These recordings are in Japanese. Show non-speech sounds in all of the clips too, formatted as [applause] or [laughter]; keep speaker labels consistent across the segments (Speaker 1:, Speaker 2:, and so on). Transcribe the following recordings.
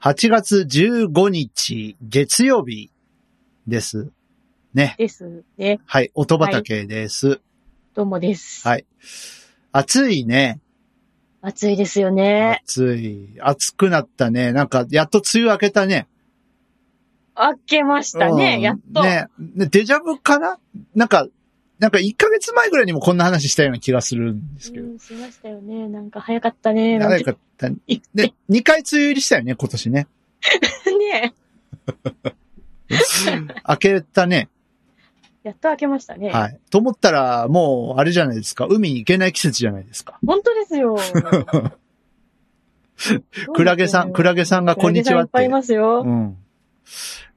Speaker 1: 8月15日、月曜日です。ね。
Speaker 2: ですね。
Speaker 1: はい、音畑です。
Speaker 2: どうもです。
Speaker 1: はい。暑いね。
Speaker 2: 暑いですよね。
Speaker 1: 暑い。暑くなったね。なんか、やっと梅雨明けたね。
Speaker 2: 明けました
Speaker 1: う
Speaker 2: ね、
Speaker 1: ん
Speaker 2: やっと。
Speaker 1: ね。ねデジャブかななんか、なんか1ヶ月前ぐらいにもこんな話したような気がするんですけ
Speaker 2: う
Speaker 1: ど。
Speaker 2: ん、しましたよね。なんか早かったね。
Speaker 1: 長かった。ね、2回梅雨入りしたよね、今年ね。
Speaker 2: なんか [laughs] ね
Speaker 1: 明けたね。
Speaker 2: やっと明けましたね。
Speaker 1: はい。と思ったら、もう、あれじゃないですか。海に行けない季節じゃないですか。
Speaker 2: 本当ですよ。
Speaker 1: [laughs] クラゲさん、クラゲさんがこんにちはっ
Speaker 2: クラゲさんいっぱいい
Speaker 1: て。
Speaker 2: ますよ。
Speaker 1: うん。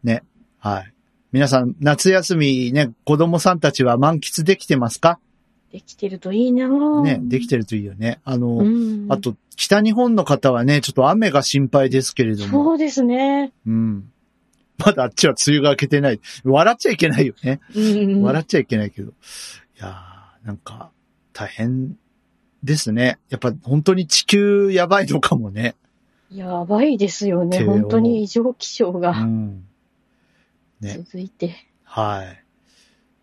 Speaker 1: ね。はい。皆さん、夏休みね、子供さんたちは満喫できてますか
Speaker 2: できてるといいなぁ
Speaker 1: ね、できてるといいよね。あの、
Speaker 2: うん。
Speaker 1: あと、北日本の方はね、ちょっと雨が心配ですけれども。
Speaker 2: そうですね。
Speaker 1: うん。まだあっちは梅雨が明けてない。笑っちゃいけないよね。
Speaker 2: うん。
Speaker 1: 笑っちゃいけないけど。いやー、なんか、大変ですね。やっぱ本当に地球やばいのかもね。
Speaker 2: やばいですよ
Speaker 1: って
Speaker 2: ね。
Speaker 1: 思う
Speaker 2: 本当に異常気象
Speaker 1: う
Speaker 2: が
Speaker 1: ん。ね
Speaker 2: 続いて。
Speaker 1: はい。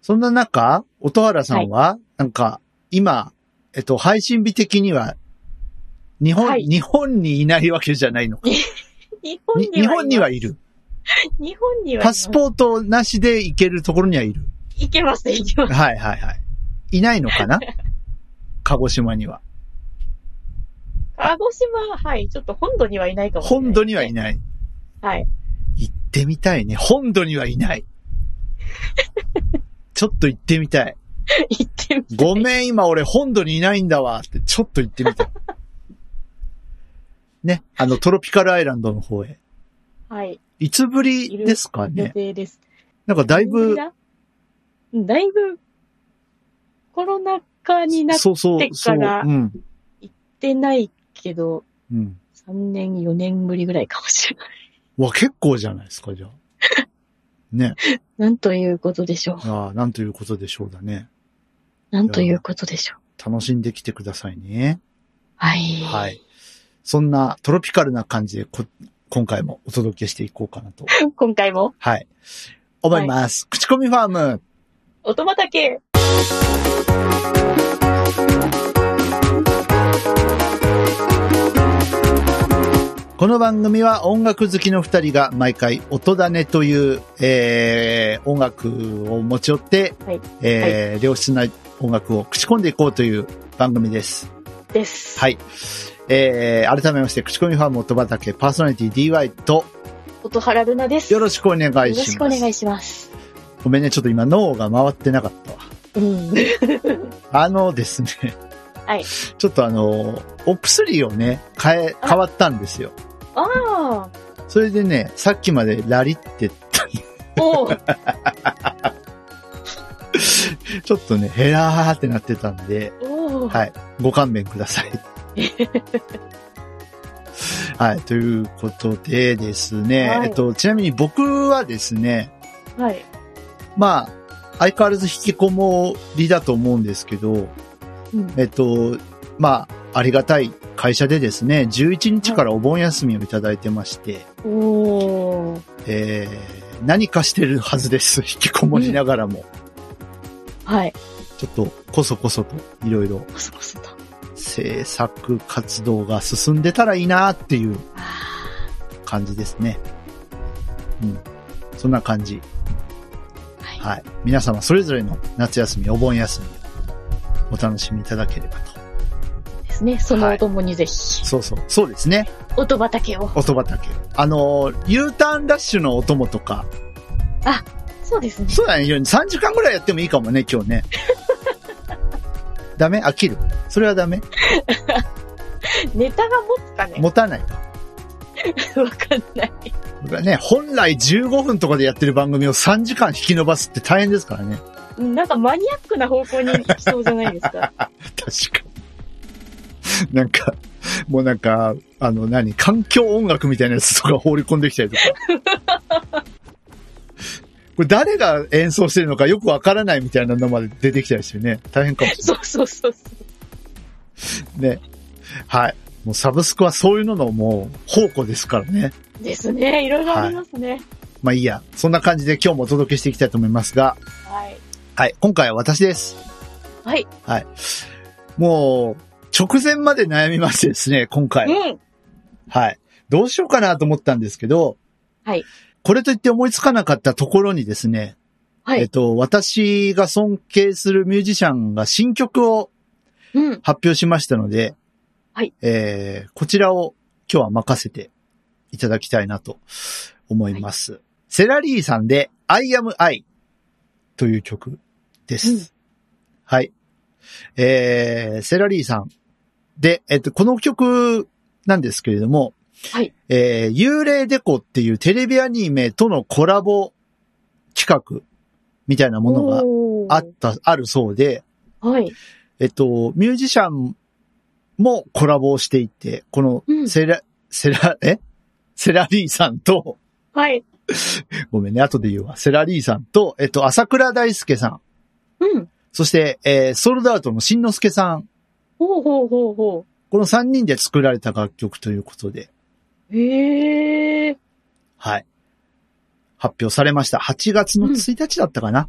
Speaker 1: そんな中、音原さんは、なんか、今、えっと、配信日的には、日本、
Speaker 2: はい
Speaker 1: 日本にいないわけじゃないのか。
Speaker 2: 日本
Speaker 1: に
Speaker 2: に
Speaker 1: 日本にはいる。
Speaker 2: 日本にはいます
Speaker 1: パスポートなしで行けるところにはいる。
Speaker 2: いけます、いけます。
Speaker 1: はいはいはい。いないのか [laughs] な鹿児島には。
Speaker 2: 鹿児島は、はい、ちょっと本土にはいないかもしれない。
Speaker 1: 本土にはいない。
Speaker 2: はい。 [laughs]
Speaker 1: 行ってみたいね。本土にはい [laughs] ない。ちょっと行ってみたい。
Speaker 2: 行ってみ
Speaker 1: ごめん、今俺本土にいないんだわって、ちょっと行ってみたい。ね、あの、トロピカルアイランドの方へ。
Speaker 2: はい。
Speaker 1: いつぶりですか
Speaker 2: 予
Speaker 1: ね。
Speaker 2: 定です。
Speaker 1: なんかだいぶ、
Speaker 2: うんだいぶ、コロナ禍になっ
Speaker 1: そうそう、そう、
Speaker 2: から
Speaker 1: うん、
Speaker 2: てないけど、
Speaker 1: うん。
Speaker 2: 3年、4年ぶりぐらいかもしれない。
Speaker 1: うわ、結構じゃないですか、じゃ [laughs] あ。ね、
Speaker 2: なんということでしょう。
Speaker 1: ああ、なんということでしょうだね。
Speaker 2: なんということでしょう。
Speaker 1: 楽しんできてくださいね。
Speaker 2: はい。
Speaker 1: はい。そんなトロピカルな感じでこ、今回もお届けしていこうかなと。
Speaker 2: 今回も、
Speaker 1: はい。思います。口コミファーム。
Speaker 2: 音畑
Speaker 1: この番組は音楽好きの二人が毎回音種という、えー、音楽を持ち寄って、
Speaker 2: はい
Speaker 1: えー良質な音楽を口コんでいこうという番組です。
Speaker 2: です。
Speaker 1: はい。えー、改めまして、口コミファーム音畑パーソナリティ DY と
Speaker 2: 音原ルナです。
Speaker 1: よろしくお願いします。
Speaker 2: よろしくお願いします。
Speaker 1: ごめんね、ちょっと今脳が回ってなかったわ。
Speaker 2: うん。
Speaker 1: あのですね。
Speaker 2: はい
Speaker 1: ちょっとあの、お薬をね、変え、
Speaker 2: あ
Speaker 1: 変わったんですよ。
Speaker 2: ああ、
Speaker 1: それでね、さっきまでラリってたんで
Speaker 2: おう、
Speaker 1: ちょっとね、ヘラーってなってたんで、
Speaker 2: おう。
Speaker 1: はい。ご勘弁くだ
Speaker 2: [laughs]
Speaker 1: さい。はい。ということでですね、
Speaker 2: はい
Speaker 1: えっと、ちなみに僕はですね、
Speaker 2: はい。
Speaker 1: まあ、相変わらず引きこもりだと思うんですけど、
Speaker 2: うん
Speaker 1: えっと、まあ、ありがたい会社でですね、11日からお盆休みをいただいてまして、
Speaker 2: おー。
Speaker 1: えー何かしてるはずです。引きこもりながらも。
Speaker 2: はい。
Speaker 1: ちょっと、こそこそと、いろいろ
Speaker 2: こそこそと。
Speaker 1: 制作活動が進んでたらいいなっていう
Speaker 2: あ
Speaker 1: 感じですね。うん。そんな感じ。
Speaker 2: ーは
Speaker 1: は
Speaker 2: い。
Speaker 1: い。皆様、それぞれの夏休み、お盆休み、お楽しみいただければと。
Speaker 2: ですね。そのお供にぜひ、
Speaker 1: そうそう。そうですね。
Speaker 2: 音畑を。
Speaker 1: 音畑。あのー、U ターンラッシュのお供とか、
Speaker 2: そうですね。 [laughs]
Speaker 1: そうだね。3時間ぐらいやってもいいかもね、今日ね。 [laughs] ダメ飽きるそれはダメ
Speaker 2: ネタが持つかね
Speaker 1: 持たないと。
Speaker 2: わかんない。
Speaker 1: 僕はね、本来15分とかでやってる番組を3時間引き伸ばすって大変ですからね。
Speaker 2: なんかマニアックな方向に行きそうじゃないです [laughs] か。
Speaker 1: 確かに。なんか、もうなんか、あの何、環境音楽みたいなやつとか放り込んできたりとか。 [laughs] これ誰が演奏してるのかよくわからないみたいなのまで出てきたりしてね。大変かもし
Speaker 2: そうそうそうそう。
Speaker 1: れない。ね。はい。もうサブスクはそういうののもう宝庫ですからね。
Speaker 2: ですね。いろいろありますね。
Speaker 1: まあいいや。そんな感じで今日もお届けしていきたいと思いますが、
Speaker 2: はい。
Speaker 1: はい、今回は私です。
Speaker 2: はい。
Speaker 1: もう、直前まで悩みましてですね、今回は。
Speaker 2: うん。
Speaker 1: はい。どうしようかなと思ったんですけど、
Speaker 2: はい。
Speaker 1: これといって思いつかなかったところにですね、
Speaker 2: は
Speaker 1: えっ
Speaker 2: い。
Speaker 1: と、私が尊敬するミュージシャンが新曲を
Speaker 2: うん。
Speaker 1: 発表しましたので、
Speaker 2: はい。
Speaker 1: えー、こちらを今日は任せていただきたいなと思います。セラリーさんで I am I という曲です。
Speaker 2: うん
Speaker 1: はい。えー、セラリーさんで、えっと、この曲なんですけれども、
Speaker 2: はい。
Speaker 1: えー、幽霊デコっていうテレビアニメとのコラボ企画みたいなものが
Speaker 2: おー
Speaker 1: あった、あるそうで、
Speaker 2: はい。
Speaker 1: えっと、ミュージシャンもコラボをしていて、こ
Speaker 2: う
Speaker 1: の
Speaker 2: ん
Speaker 1: セラ、セラ、え [laughs] セラリーさんと、 [laughs]
Speaker 2: はい。
Speaker 1: ごめんね、後で言うわ。セラリーさんと、えっと、朝倉大輔さん、
Speaker 2: うん。
Speaker 1: そして、えーソールドアウトのしんのすけさん、
Speaker 2: ほうほうほうほ
Speaker 1: この3人で作られた楽曲ということで、
Speaker 2: う。へえ。
Speaker 1: はい。発表されました。8月の1日だったかな。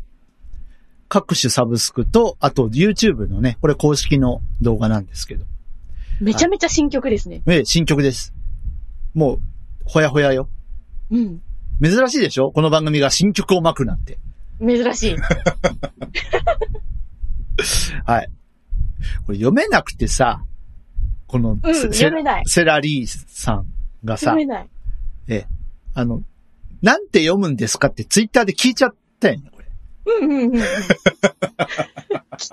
Speaker 1: 各種サブスクと、あと YouTube のね、これ公式の動画なんですけど。
Speaker 2: めちゃめちゃ新曲ですね。
Speaker 1: ええ、新曲です。もう、ほやほやよ。
Speaker 2: うん。
Speaker 1: 珍しいでしょこの番組が新曲を巻くなんて。
Speaker 2: 珍しい。
Speaker 1: これ読めなくてさ、この
Speaker 2: うん。
Speaker 1: セ、
Speaker 2: 読めない。
Speaker 1: セラリーさんがさ
Speaker 2: 読、めない。
Speaker 1: あの、なんて読むんですかってツイッターで聞いちゃったよね、これ。
Speaker 2: うんうんうんうん。聞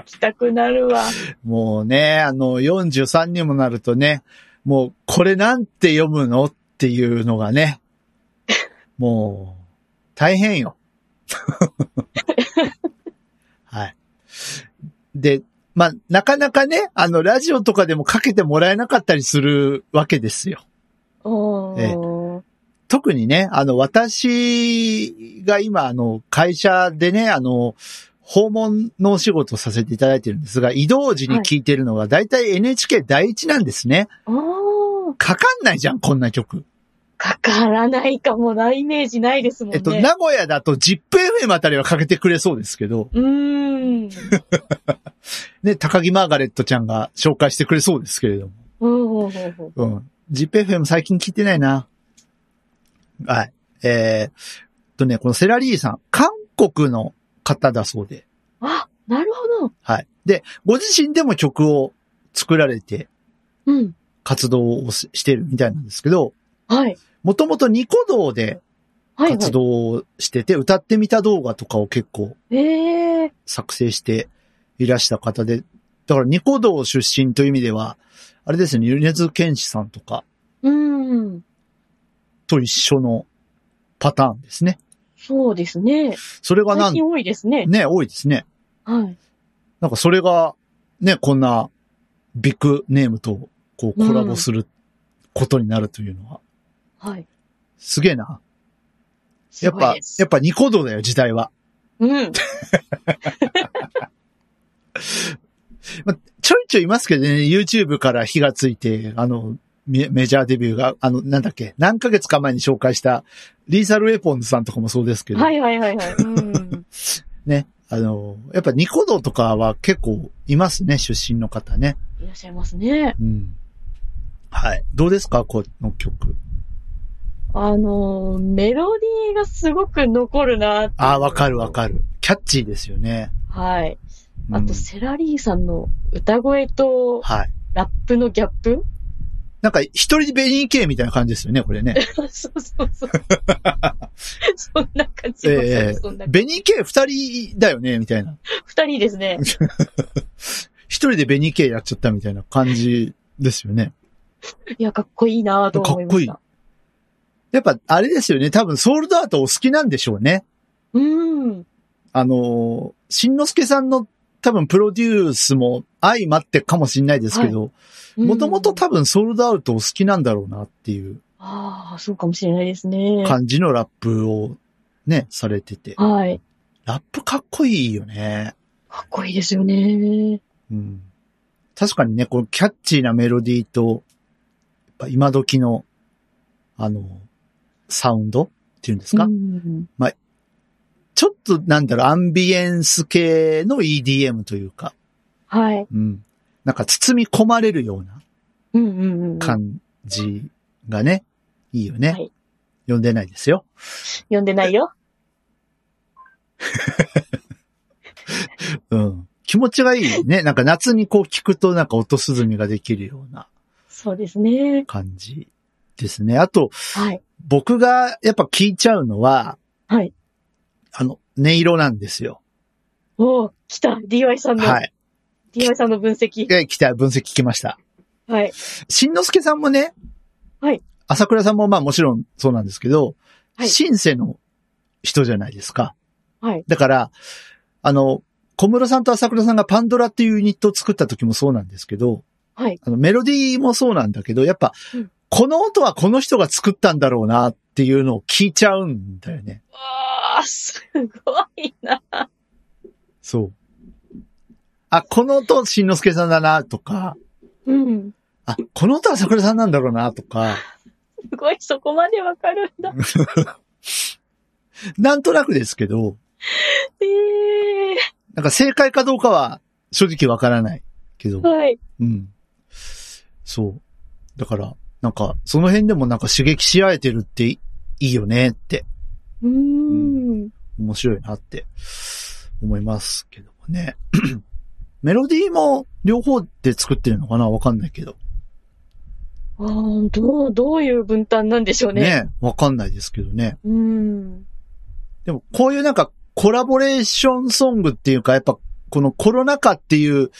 Speaker 2: きたくなるわ。
Speaker 1: もうね、あの、43にもなるとね、もう、これなんて読むのっていうのがね、もう、大変よ。はい。で、まあ、なかなかね、あの、ラジオとかでもかけてもらえなかったりするわけですよ。
Speaker 2: お
Speaker 1: え
Speaker 2: ー。
Speaker 1: 特にね、あの、私が今、あの、会社でね、あの、訪問のお仕事をさせていただいてるんですが、移動時に聞いてるのが、だいたい NHK 第一なんですね。
Speaker 2: おー。
Speaker 1: かかんないじゃん、こんな曲。
Speaker 2: かからないかもな、イメージないですもんね。
Speaker 1: えっと、名古屋だと ZIPFM あたりはかけてくれそうですけど、
Speaker 2: うーん。
Speaker 1: ね、高木マーガレットちゃんが紹介してくれそうですけれども。
Speaker 2: うんうんうんうん
Speaker 1: うん。ZIPFM 最近聞いてないな。はい。えー、とね、このセラリーさん、韓国の方だそうで、
Speaker 2: あ、なるほど。
Speaker 1: はい。で、ご自身でも曲を作られて
Speaker 2: うん。
Speaker 1: 活動をししてるみたいなんですけど、
Speaker 2: はい。
Speaker 1: もともとニコ動で
Speaker 2: はい、は
Speaker 1: 活
Speaker 2: い。
Speaker 1: 動をしてて、歌ってみた動画とかを結構
Speaker 2: ええ
Speaker 1: 作成していらした方で、だからニコ動出身という意味では、あれですね、ユネズケンシさんとか
Speaker 2: うん。
Speaker 1: と一緒のパターンですね。
Speaker 2: そうですね。
Speaker 1: それがな
Speaker 2: 最
Speaker 1: ん、
Speaker 2: 近多いですね。
Speaker 1: ね、多いですね。
Speaker 2: はい。
Speaker 1: なんかそれが、ね、こんなビッグネームとこうコラボすることになるというのは、
Speaker 2: はい。
Speaker 1: すげえな。や
Speaker 2: す
Speaker 1: っ
Speaker 2: ごい
Speaker 1: ぱ
Speaker 2: で、す
Speaker 1: やっぱニコ動だよ、時代は。
Speaker 2: うん。
Speaker 1: ちょいちょいいますけどね、YouTube から火がついて、あの、メメジャーデビューが、あの、なんだっけ、何ヶ月か前に紹介した、リーサルウェポンズさんとかもそうですけど、
Speaker 2: はいはいはいはい。うん。
Speaker 1: ね。あの、やっぱニコ動とかは結構いますね、出身の方ね。
Speaker 2: いらっしゃいますね。
Speaker 1: うん。はい。どうですかこの曲。
Speaker 2: あのー、メロディーがすごく残るな。
Speaker 1: ああ、わかるわかる。キャッチーですよね。
Speaker 2: はい。
Speaker 1: うん
Speaker 2: あと、セラリーさんの歌声と
Speaker 1: はい。
Speaker 2: ラップのギャップ [laughs]
Speaker 1: なんか、一人ベニー系みたいな感じですよね、これ
Speaker 2: [laughs]
Speaker 1: ね。
Speaker 2: そ
Speaker 1: [laughs]
Speaker 2: うそうそう。そんな感じ。
Speaker 1: ええ
Speaker 2: そんな
Speaker 1: ベニー系二人だよね、みたいな。
Speaker 2: 二人です
Speaker 1: [laughs]
Speaker 2: ね。
Speaker 1: 一人でベニー系やっちゃったみたいな感じですよね。
Speaker 2: いや、かっこいいなぁと思いました。
Speaker 1: かやっぱ、あれですよね。多分、ソールドアートお好きなんでしょうね。
Speaker 2: うん。
Speaker 1: あのー、しんのすけさんの多分、プロデュースも相まってかもしれないですけど、もともと
Speaker 2: た
Speaker 1: 多分、ソールドアウトお好きなんだろうなっていう
Speaker 2: ああ、そうかもしれないですね。
Speaker 1: 感じのラップをね、されてて。
Speaker 2: はい。
Speaker 1: ラップかっこいいよね。
Speaker 2: かっこいいですよね。
Speaker 1: うん。確かにね、このキャッチーなメロディーと、ぱ今時の、あの、サウンドっていうんですか、
Speaker 2: うん
Speaker 1: ちょっとなんだろう、アンビエンス系の EDM というか、
Speaker 2: はい。
Speaker 1: うん。なんか包み込まれるような
Speaker 2: うんうんうん。読
Speaker 1: 感じがね、いいよね。
Speaker 2: はい
Speaker 1: 読んでないですよ。
Speaker 2: んでないよ。
Speaker 1: うん。気持ちがいいよ
Speaker 2: [laughs]
Speaker 1: ね。なんか夏にこう聞くとなんか音涼みができるような
Speaker 2: そうですね。
Speaker 1: 感じですね。あと、
Speaker 2: はい。
Speaker 1: 僕がやっぱ聞いちゃうのは、
Speaker 2: はい。
Speaker 1: あの、音色なんですよ。
Speaker 2: おお来た !DY さんの、
Speaker 1: はい。
Speaker 2: DY さんの分析。
Speaker 1: で、来た分析聞きました。
Speaker 2: はい。
Speaker 1: しんのすけさんもね、
Speaker 2: はい。
Speaker 1: 朝倉さんもまあもちろんそうなんですけど、
Speaker 2: はい
Speaker 1: シンセの人じゃないですか。
Speaker 2: はい。
Speaker 1: だから、あの、小室さんと朝倉さんがパンドラっていうユニットを作った時もそうなんですけど、
Speaker 2: はい。
Speaker 1: あのメロディーもそうなんだけど、やっぱ、
Speaker 2: うん
Speaker 1: この音はこの人が作ったんだろうなっていうのを聞いちゃうんだよね。
Speaker 2: わあ、すごいな。
Speaker 1: そう。あ、この音、しんのすけさんだなとか、
Speaker 2: うん。
Speaker 1: あ、この音は桜さんなんだろうなとか、
Speaker 2: すごい、そこまでわかるんだ。
Speaker 1: なんとなくですけど、
Speaker 2: ええ
Speaker 1: なんか正解かどうかは正直わからないけど、
Speaker 2: はい。
Speaker 1: うん。そう。だから、なんか、その辺でもなんか刺激し合えてるっていいいよねって、
Speaker 2: うーん。
Speaker 1: 面白いなって思いますけどもね。 [clears throat] メロディーも両方で作ってるのかなわかんないけど。
Speaker 2: ああ、どう、どういう分担なんでしょうね。
Speaker 1: ねわかんないですけどね。
Speaker 2: うん。
Speaker 1: でも、こういうなんかコラボレーションソングっていうか、やっぱこのコロナ禍っていう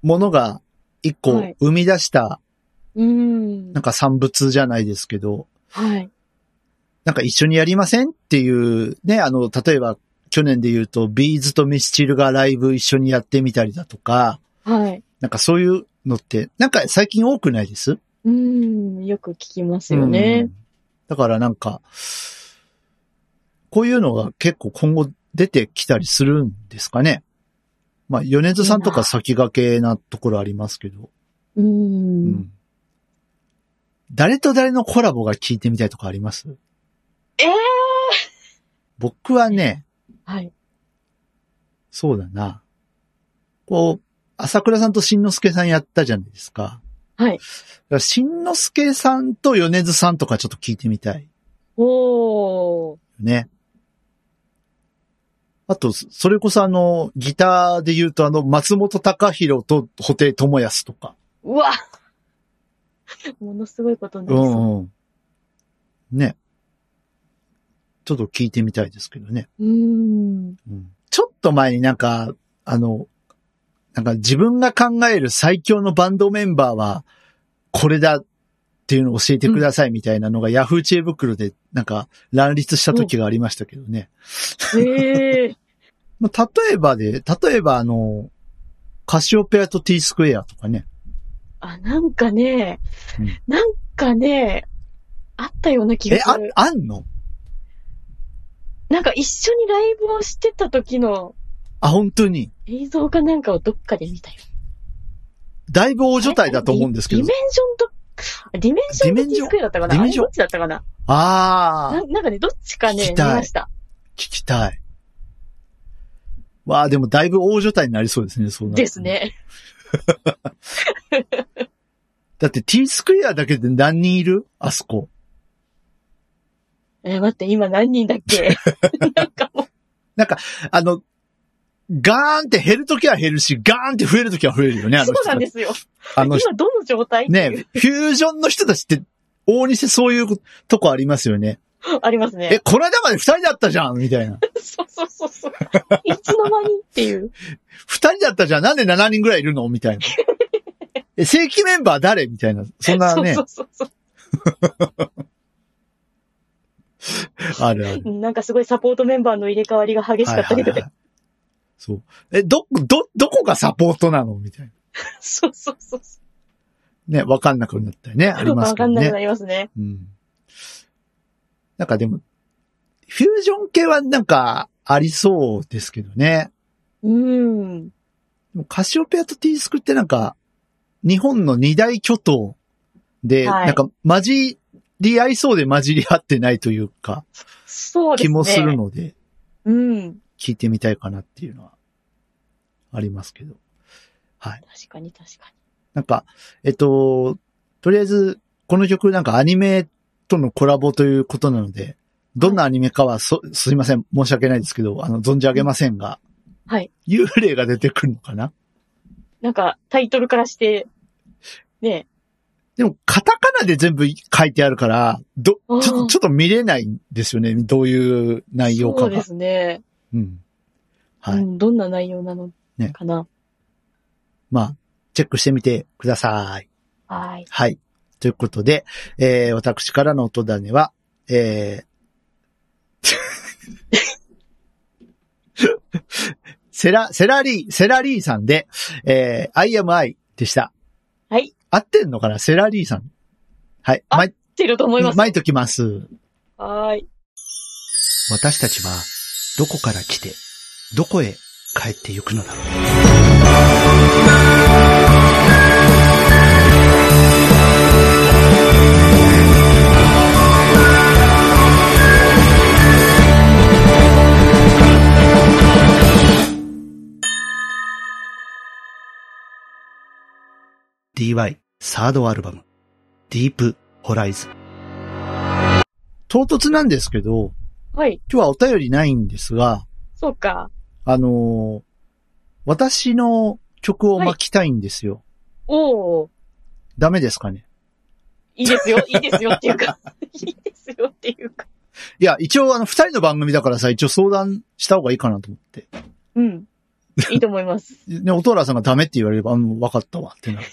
Speaker 1: ものが一個
Speaker 2: はい
Speaker 1: 生み出した
Speaker 2: うん
Speaker 1: な。んか産物じゃないですけど、
Speaker 2: はい。
Speaker 1: なんか一緒にやりませんっていうね、あの、例えば去年で言うとビーズとミスチルがライブ一緒にやってみたりだとか、
Speaker 2: はい。
Speaker 1: なんかそういうのって、なんか最近多くないです
Speaker 2: うん。よく聞きますよね。
Speaker 1: うんだからなんか、こういうのが結構今後出てきたりするんですかね。まあ、米津さんとか先駆けなところありますけど。う
Speaker 2: う。
Speaker 1: んん誰と誰のコラボが聞いてみたいとかあります
Speaker 2: ええ
Speaker 1: 僕はね、
Speaker 2: はい。
Speaker 1: そうだな。こう、朝倉さんとしんのすけさんやったじゃないですか。
Speaker 2: は
Speaker 1: だ
Speaker 2: い。
Speaker 1: からしんのすけさんと米津さんとかちょっと聞いてみたい。
Speaker 2: おー。
Speaker 1: ね。あと、そそれこそあの、ギターで言うとあの、松本隆弘と布袋智康とか。
Speaker 2: うわ [laughs] ものすごいことにな
Speaker 1: う
Speaker 2: りそ
Speaker 1: んうん。ね。ちょっと聞いてみたいですけどね。
Speaker 2: う。う
Speaker 1: う
Speaker 2: ん。
Speaker 1: ん、ちょっと前になんか、あの、なんか自分が考える最強のバンドメンバーは、これだっていうのを教えてくださいみたいなのが、ヤフー知恵袋でなんか乱立した時がありましたけどね。
Speaker 2: ええ
Speaker 1: まあ、例えばで、例えばあの、カシオペアと T スクエアとかね。
Speaker 2: あ、なんかね、
Speaker 1: うん
Speaker 2: なんかね、あったような気
Speaker 1: え
Speaker 2: が、
Speaker 1: あ
Speaker 2: する。、
Speaker 1: あんの
Speaker 2: なんか一緒にライブをしてた時の
Speaker 1: あ、本当に。
Speaker 2: 映像かなんかをどっかで見たよ。
Speaker 1: だいぶ大所帯だと思うんですけ
Speaker 2: デ
Speaker 1: ど
Speaker 2: ィメ。ンションと、あディメンション
Speaker 1: ディメン
Speaker 2: と T
Speaker 1: ジョン
Speaker 2: スクエアだったか
Speaker 1: デ
Speaker 2: な
Speaker 1: ィ
Speaker 2: あ
Speaker 1: メン
Speaker 2: れ
Speaker 1: ジョン
Speaker 2: どっちだったかな
Speaker 1: ああ、
Speaker 2: な
Speaker 1: 聞
Speaker 2: なんかね、どっちか
Speaker 1: 聞
Speaker 2: ね、
Speaker 1: き
Speaker 2: 見
Speaker 1: たい
Speaker 2: ました。
Speaker 1: きたい。わあ、でもだいぶ大所帯になりそうですね、そうなると
Speaker 2: です。ね。
Speaker 1: だって T スクエアだけで何人いるあそこ。
Speaker 2: えー待って、今何人だっけなんかもう、
Speaker 1: あの、ガーンって減るときは減るし、ガーンって増えるときは増えるよね、あ
Speaker 2: そ
Speaker 1: の
Speaker 2: う
Speaker 1: 人
Speaker 2: な
Speaker 1: た
Speaker 2: んで
Speaker 1: ち。
Speaker 2: すよ。
Speaker 1: あの
Speaker 2: 今
Speaker 1: 人。
Speaker 2: どの状態っていう
Speaker 1: ね、フュージョンの人たちって、大にしてそういうとこありますよね。
Speaker 2: あります
Speaker 1: え、
Speaker 2: ね。
Speaker 1: この間まで二人だったじゃんみたい
Speaker 2: [laughs]
Speaker 1: な。
Speaker 2: そうそうそうそう。いつの間にっていう。
Speaker 1: 二人だったじゃんなんで7人ぐらいいるのみたいな。え、正規メンバー誰みたいな。そんなね
Speaker 2: そ、うそうそう
Speaker 1: あるある。
Speaker 2: そう。なんかすごいサポートメンバーの入れ替わりが激しかったりと
Speaker 1: はいはいは
Speaker 2: か。
Speaker 1: いそう。え、ど、ど、どこがサポートなのみたいな。
Speaker 2: そうそうそうそ
Speaker 1: ね、わかんなくなったりね。あり
Speaker 2: う。
Speaker 1: ます
Speaker 2: わ
Speaker 1: けど
Speaker 2: かんな
Speaker 1: ね
Speaker 2: く。なりますね。
Speaker 1: うん。なんかでも、フュージョン系はなんかありそうですけどね。
Speaker 2: うん。
Speaker 1: でもカシオペアとティースクってなんか、日本の二大巨頭で、
Speaker 2: はい
Speaker 1: なんか混じり合いそうで混じり合ってないというか、
Speaker 2: そうですね。
Speaker 1: 気もするので、
Speaker 2: うん。
Speaker 1: 聞いてみたいかなっていうのは、ありますけど。はい。
Speaker 2: 確かに確かに。
Speaker 1: なんか、えっと、とりあえず、この曲なんかアニメとのコラボということなので、どんなアニメかは、そ、すいません。申し訳ないですけど、あの、存じ上げませんが、
Speaker 2: はい。
Speaker 1: 幽霊が出てくるのかな
Speaker 2: なんか、タイトルからして、ね
Speaker 1: でも、カタカナで全部書いてあるから、ど、ち
Speaker 2: あ
Speaker 1: ょ
Speaker 2: ー
Speaker 1: っと、ちょっと見れないんですよね。どういう内容
Speaker 2: そ
Speaker 1: か
Speaker 2: うで
Speaker 1: が。
Speaker 2: すね。
Speaker 1: うん。はい。
Speaker 2: うん。どんな内容なの
Speaker 1: ね
Speaker 2: かな。
Speaker 1: まあ、チェックしてみてください。
Speaker 2: はい。
Speaker 1: はい。ということで、えー、私からの音種は、えー、 [laughs] セラ、セラリー、セラリーさんで、えー、IMI でした。
Speaker 2: はい。
Speaker 1: 合ってんのかなセラリーさん。はい。
Speaker 2: あ
Speaker 1: まい、
Speaker 2: ってると思います。
Speaker 1: まいときます。
Speaker 2: はーい。
Speaker 1: 私たちは、どこから来て、どこへ帰ってゆくのだろう。DY サードアルバム、ディープホライズン。唐突なんですけど、
Speaker 2: はい。
Speaker 1: 今日はお便りないんですが、
Speaker 2: そうか。
Speaker 1: あのー私の曲を巻きたいんですよ。
Speaker 2: おー。
Speaker 1: ダメですかね
Speaker 2: いいで
Speaker 1: [laughs]
Speaker 2: すよ。いいですよっていうか。いいですよっていうか。
Speaker 1: いや、一応あの、二人の番組だからさ、一応相談した方がいいかなと思って。
Speaker 2: うん。いいと思います。
Speaker 1: ね、おとらさんがダメって言われれば、うん、わかったわ、ってなる。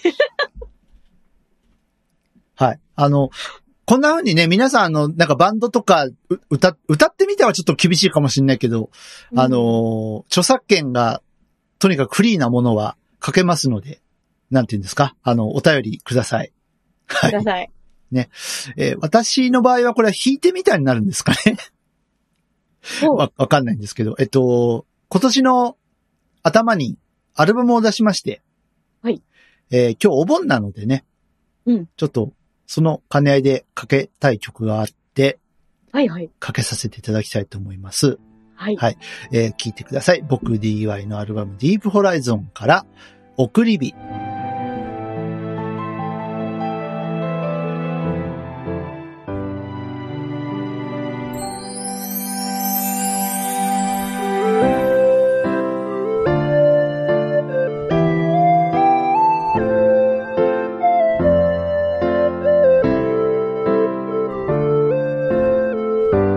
Speaker 1: [laughs] はい。あの、こんな風にね、皆さんあの、なんかバンドとか、う歌、歌ってみてはちょっと厳しいかもしれないけど、 [laughs] あのー著作権が、とにかくフリーなものは書けますので、なんて言うんですかあの、お便りください。は
Speaker 2: くだ
Speaker 1: い。
Speaker 2: さい。
Speaker 1: えー私の場合はこれは弾いてみたいになるんですかね [laughs]
Speaker 2: お
Speaker 1: わ、わかんないんですけど、えっと、今年の頭にアルバムを出しまして、
Speaker 2: はい。
Speaker 1: えー今日お盆なのでね、
Speaker 2: うん。
Speaker 1: ちょっと、その兼ね合いでかけたい曲があって、
Speaker 2: はいはい。
Speaker 1: かけさせていただきたいと思います。
Speaker 2: はい。
Speaker 1: はいえー聞いてください。僕 DY のアルバム Deep Horizon から、送り火。
Speaker 3: 「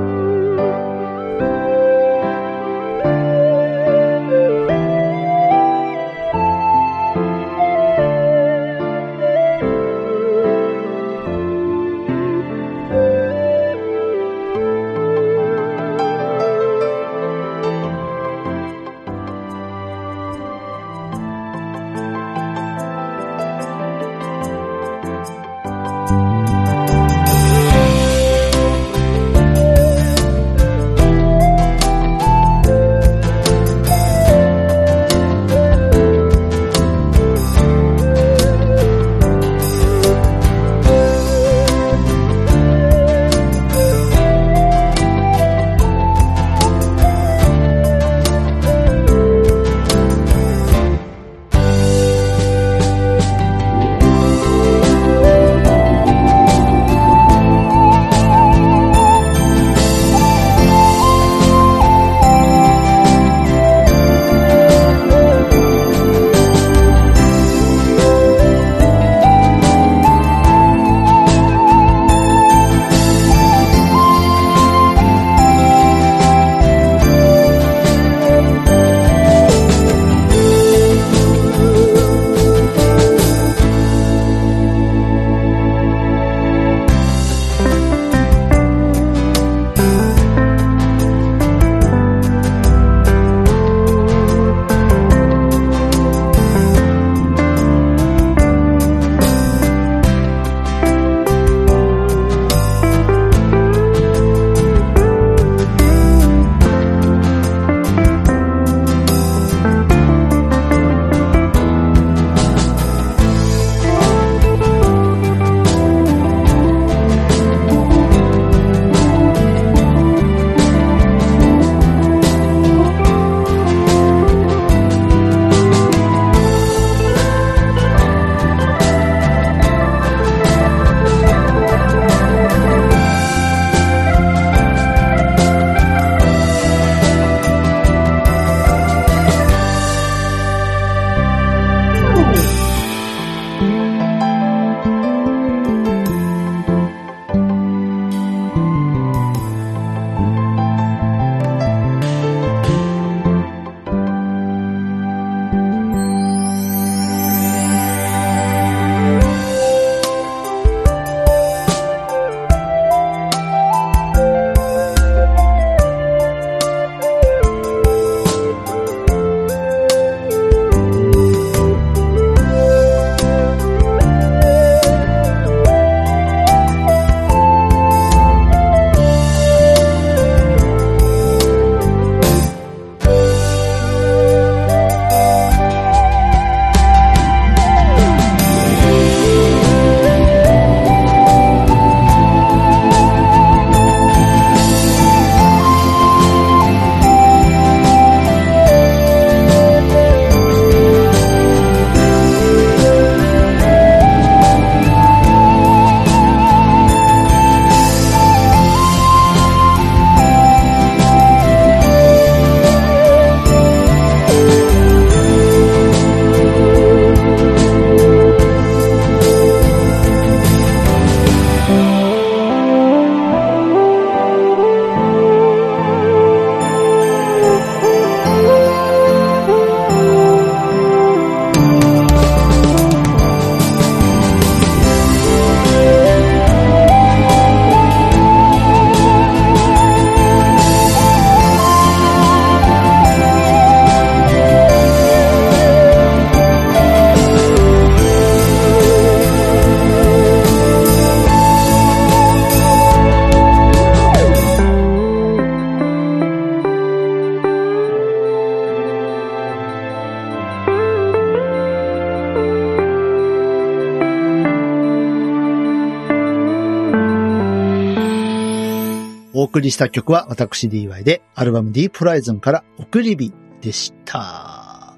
Speaker 1: お送りした曲は私 DY で、アルバム D プライズンから送り火でした。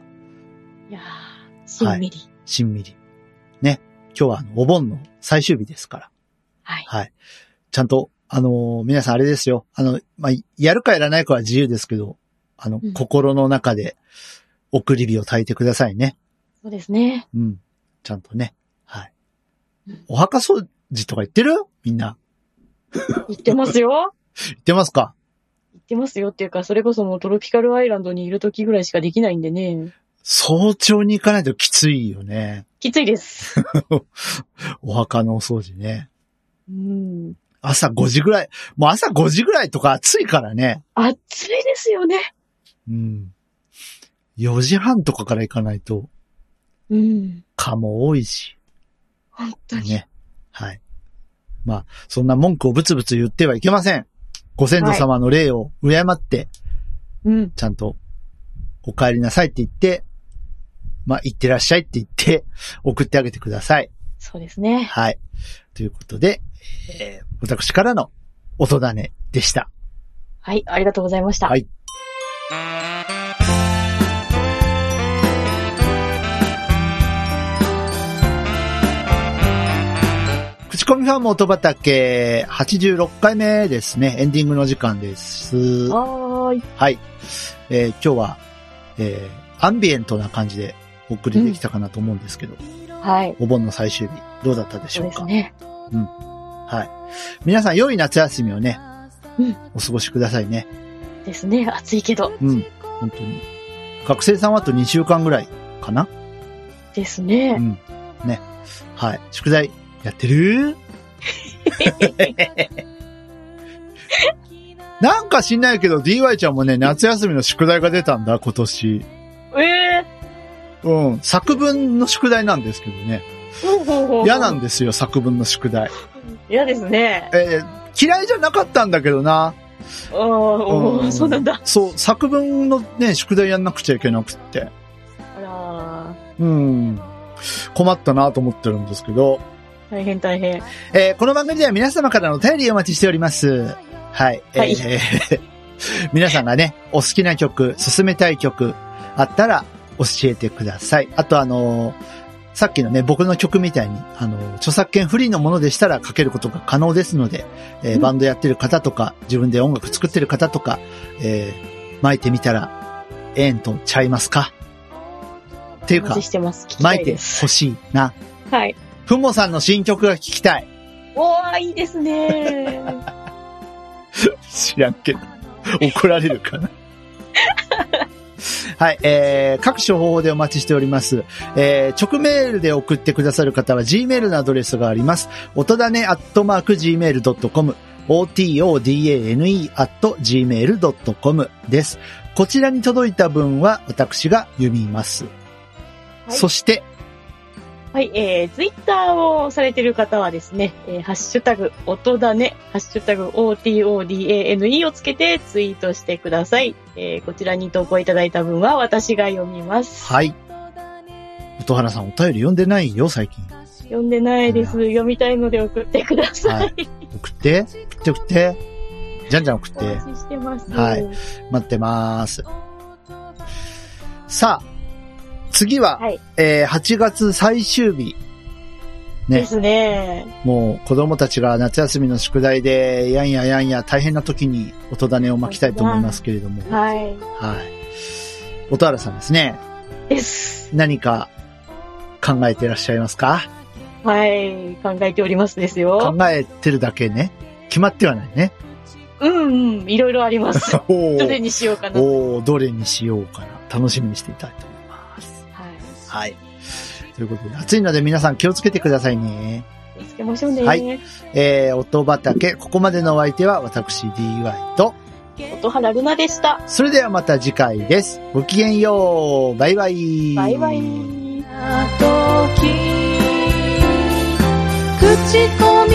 Speaker 2: いやー、しんみり。
Speaker 1: しんみり。ね。今日はあのお盆の最終日ですから。
Speaker 2: はい。
Speaker 1: はい。ちゃんと、あのー皆さんあれですよ。あの、まあ、やるかやらないかは自由ですけど、あの、
Speaker 2: うん
Speaker 1: 心の中で送り火を焚いてくださいね。
Speaker 2: そうですね。
Speaker 1: うん。ちゃんとね。はい
Speaker 2: うん。
Speaker 1: お墓掃除とか言ってるみんな。
Speaker 2: 言ってますよ。
Speaker 1: 言ってますか
Speaker 2: 言ってますよっていうか、それこそもうトロピカルアイランドにいる時ぐらいしかできないんでね。
Speaker 1: 早朝に行かないときついよね。
Speaker 2: きついです。
Speaker 1: お墓のお掃除ね。
Speaker 2: うん。
Speaker 1: 朝5時ぐらい。もう朝5時ぐらいとか暑いからね。
Speaker 2: 暑いですよね。
Speaker 1: うん。4時半とかから行かないと、
Speaker 2: うん。
Speaker 1: 蚊も多いし。
Speaker 2: 本当に。
Speaker 1: ね。はい。まあ、そんな文句をブツブツ言ってはいけません。ご先祖様の霊を敬って、
Speaker 2: うん。
Speaker 1: ちゃんと、お帰りなさいって言って、まあ、行ってらっしゃいって言って、送ってあげてください。
Speaker 2: そうですね。
Speaker 1: はい。ということで、えー私からの音種でした。
Speaker 2: はい。ありがとうございました。
Speaker 1: はい口コミファンも音畑86回目ですね。エンディングの時間です。は
Speaker 2: はーい。
Speaker 1: い。えー今日は、えーアンビエントな感じでお送りできたかなと思うんですけど、
Speaker 2: はい。
Speaker 1: お盆の最終日、どうだったでし
Speaker 2: そう
Speaker 1: ょう
Speaker 2: で
Speaker 1: か
Speaker 2: すね。
Speaker 1: はい。皆さん良い夏休みをね、
Speaker 2: うん
Speaker 1: お過ごしくださいね。
Speaker 2: ですね。暑いけど。
Speaker 1: うん。本当に。学生さんはあと2週間ぐらいかな
Speaker 2: ですね
Speaker 1: う。ん。ね。はい。宿題、やって
Speaker 2: [laughs]
Speaker 1: るなんか知んないけど、DY ちゃんもね、夏休みの宿題が出たんだ、今年。
Speaker 2: ええ
Speaker 1: うん。作文の宿題なんですけどね。
Speaker 2: ほうほうほう
Speaker 1: 嫌なんですよ、作文の宿題。
Speaker 2: 嫌ですね。
Speaker 1: えー嫌いじゃなかったんだけどな。
Speaker 2: あーお
Speaker 1: う
Speaker 2: ー、
Speaker 1: ん
Speaker 2: そうなんだ。
Speaker 1: そう、作文のね、宿題やんなくちゃいけなくって。
Speaker 2: あら
Speaker 1: うん。困ったなと思ってるんですけど。
Speaker 2: ー、大変大変。
Speaker 1: えーこの番組では皆様からのお便りをお待ちしております。はい。えー [laughs]
Speaker 2: はい
Speaker 1: 皆さんがね、お好きな曲、進めたい曲、あったら教えてください。あとあのーさっきのね、僕の曲みたいに、あのー著作権フリーのものでしたらかけることが可能ですので、えー
Speaker 2: うん
Speaker 1: バンドやってる方とか、自分で音楽作ってる方とか、えー巻いてみたら、ええんとちゃいますかっていう
Speaker 2: お
Speaker 1: か
Speaker 2: 待ち、してます。聞きた
Speaker 1: 巻いて
Speaker 2: いで
Speaker 1: ほ
Speaker 2: す。
Speaker 1: しいな。
Speaker 2: はい。
Speaker 1: ふもさんの新曲が聞きたい。
Speaker 2: おー、いいで
Speaker 1: [laughs]
Speaker 2: すね。
Speaker 1: 知らんけど。怒られるかな。 [laughs] はい、えー、各種方法でお待ちしております。えー、直メールで送ってくださる方は Gmail のアドレスがあります。音だねアットマーク Gmail.com、otodane アット Gmail.com です。こちらに届いた文は私が読みます。
Speaker 2: い
Speaker 1: そして、
Speaker 2: はい、えー、ツイッターをされてる方はですね、えーハッシュタグ、音だね、ハッシュタグ、OTODANE をつけてツイートしてください。えー、こちらに投稿いただいた分は私が読みます。
Speaker 1: はい。音原さんお便り読んでないよ、最近。
Speaker 2: 読んでないです。読みたいので送ってください。
Speaker 1: はい。送って、送って送って、じゃんじゃん送っ
Speaker 2: お
Speaker 1: て。
Speaker 2: 待ちしてます。
Speaker 1: はい待ってます。さあ、次は、
Speaker 2: はい
Speaker 1: えー8月最終日。
Speaker 2: ですね。
Speaker 1: もう子供たちが夏休みの宿題で、やんややんや大変な時に音種を巻きたいと思いますけれども。はい。
Speaker 2: は
Speaker 1: 音原さんですね。
Speaker 2: い。です。
Speaker 1: 何か考えてらっしゃいますか
Speaker 2: はい。考えておりますです
Speaker 1: 考
Speaker 2: よ。
Speaker 1: えてるだけね。決まってはないね。
Speaker 2: うんうん。いろいろあり
Speaker 1: [laughs]
Speaker 2: ます。
Speaker 1: お
Speaker 2: [laughs] どれ
Speaker 1: ー
Speaker 2: にしようかな。はい。
Speaker 1: おーどれにしようかな。楽しみにしていたいと思います。はい。ということで、暑いので皆さん気をつけてくださいね。
Speaker 2: 気をつけましょうね。
Speaker 1: はいえー、音畑、ここまでのお相手は私 DY と、
Speaker 2: 音原ルナでした。
Speaker 1: それではまた次回です。ごきげんようバイバイ
Speaker 2: バイバイ。
Speaker 3: 時口コミ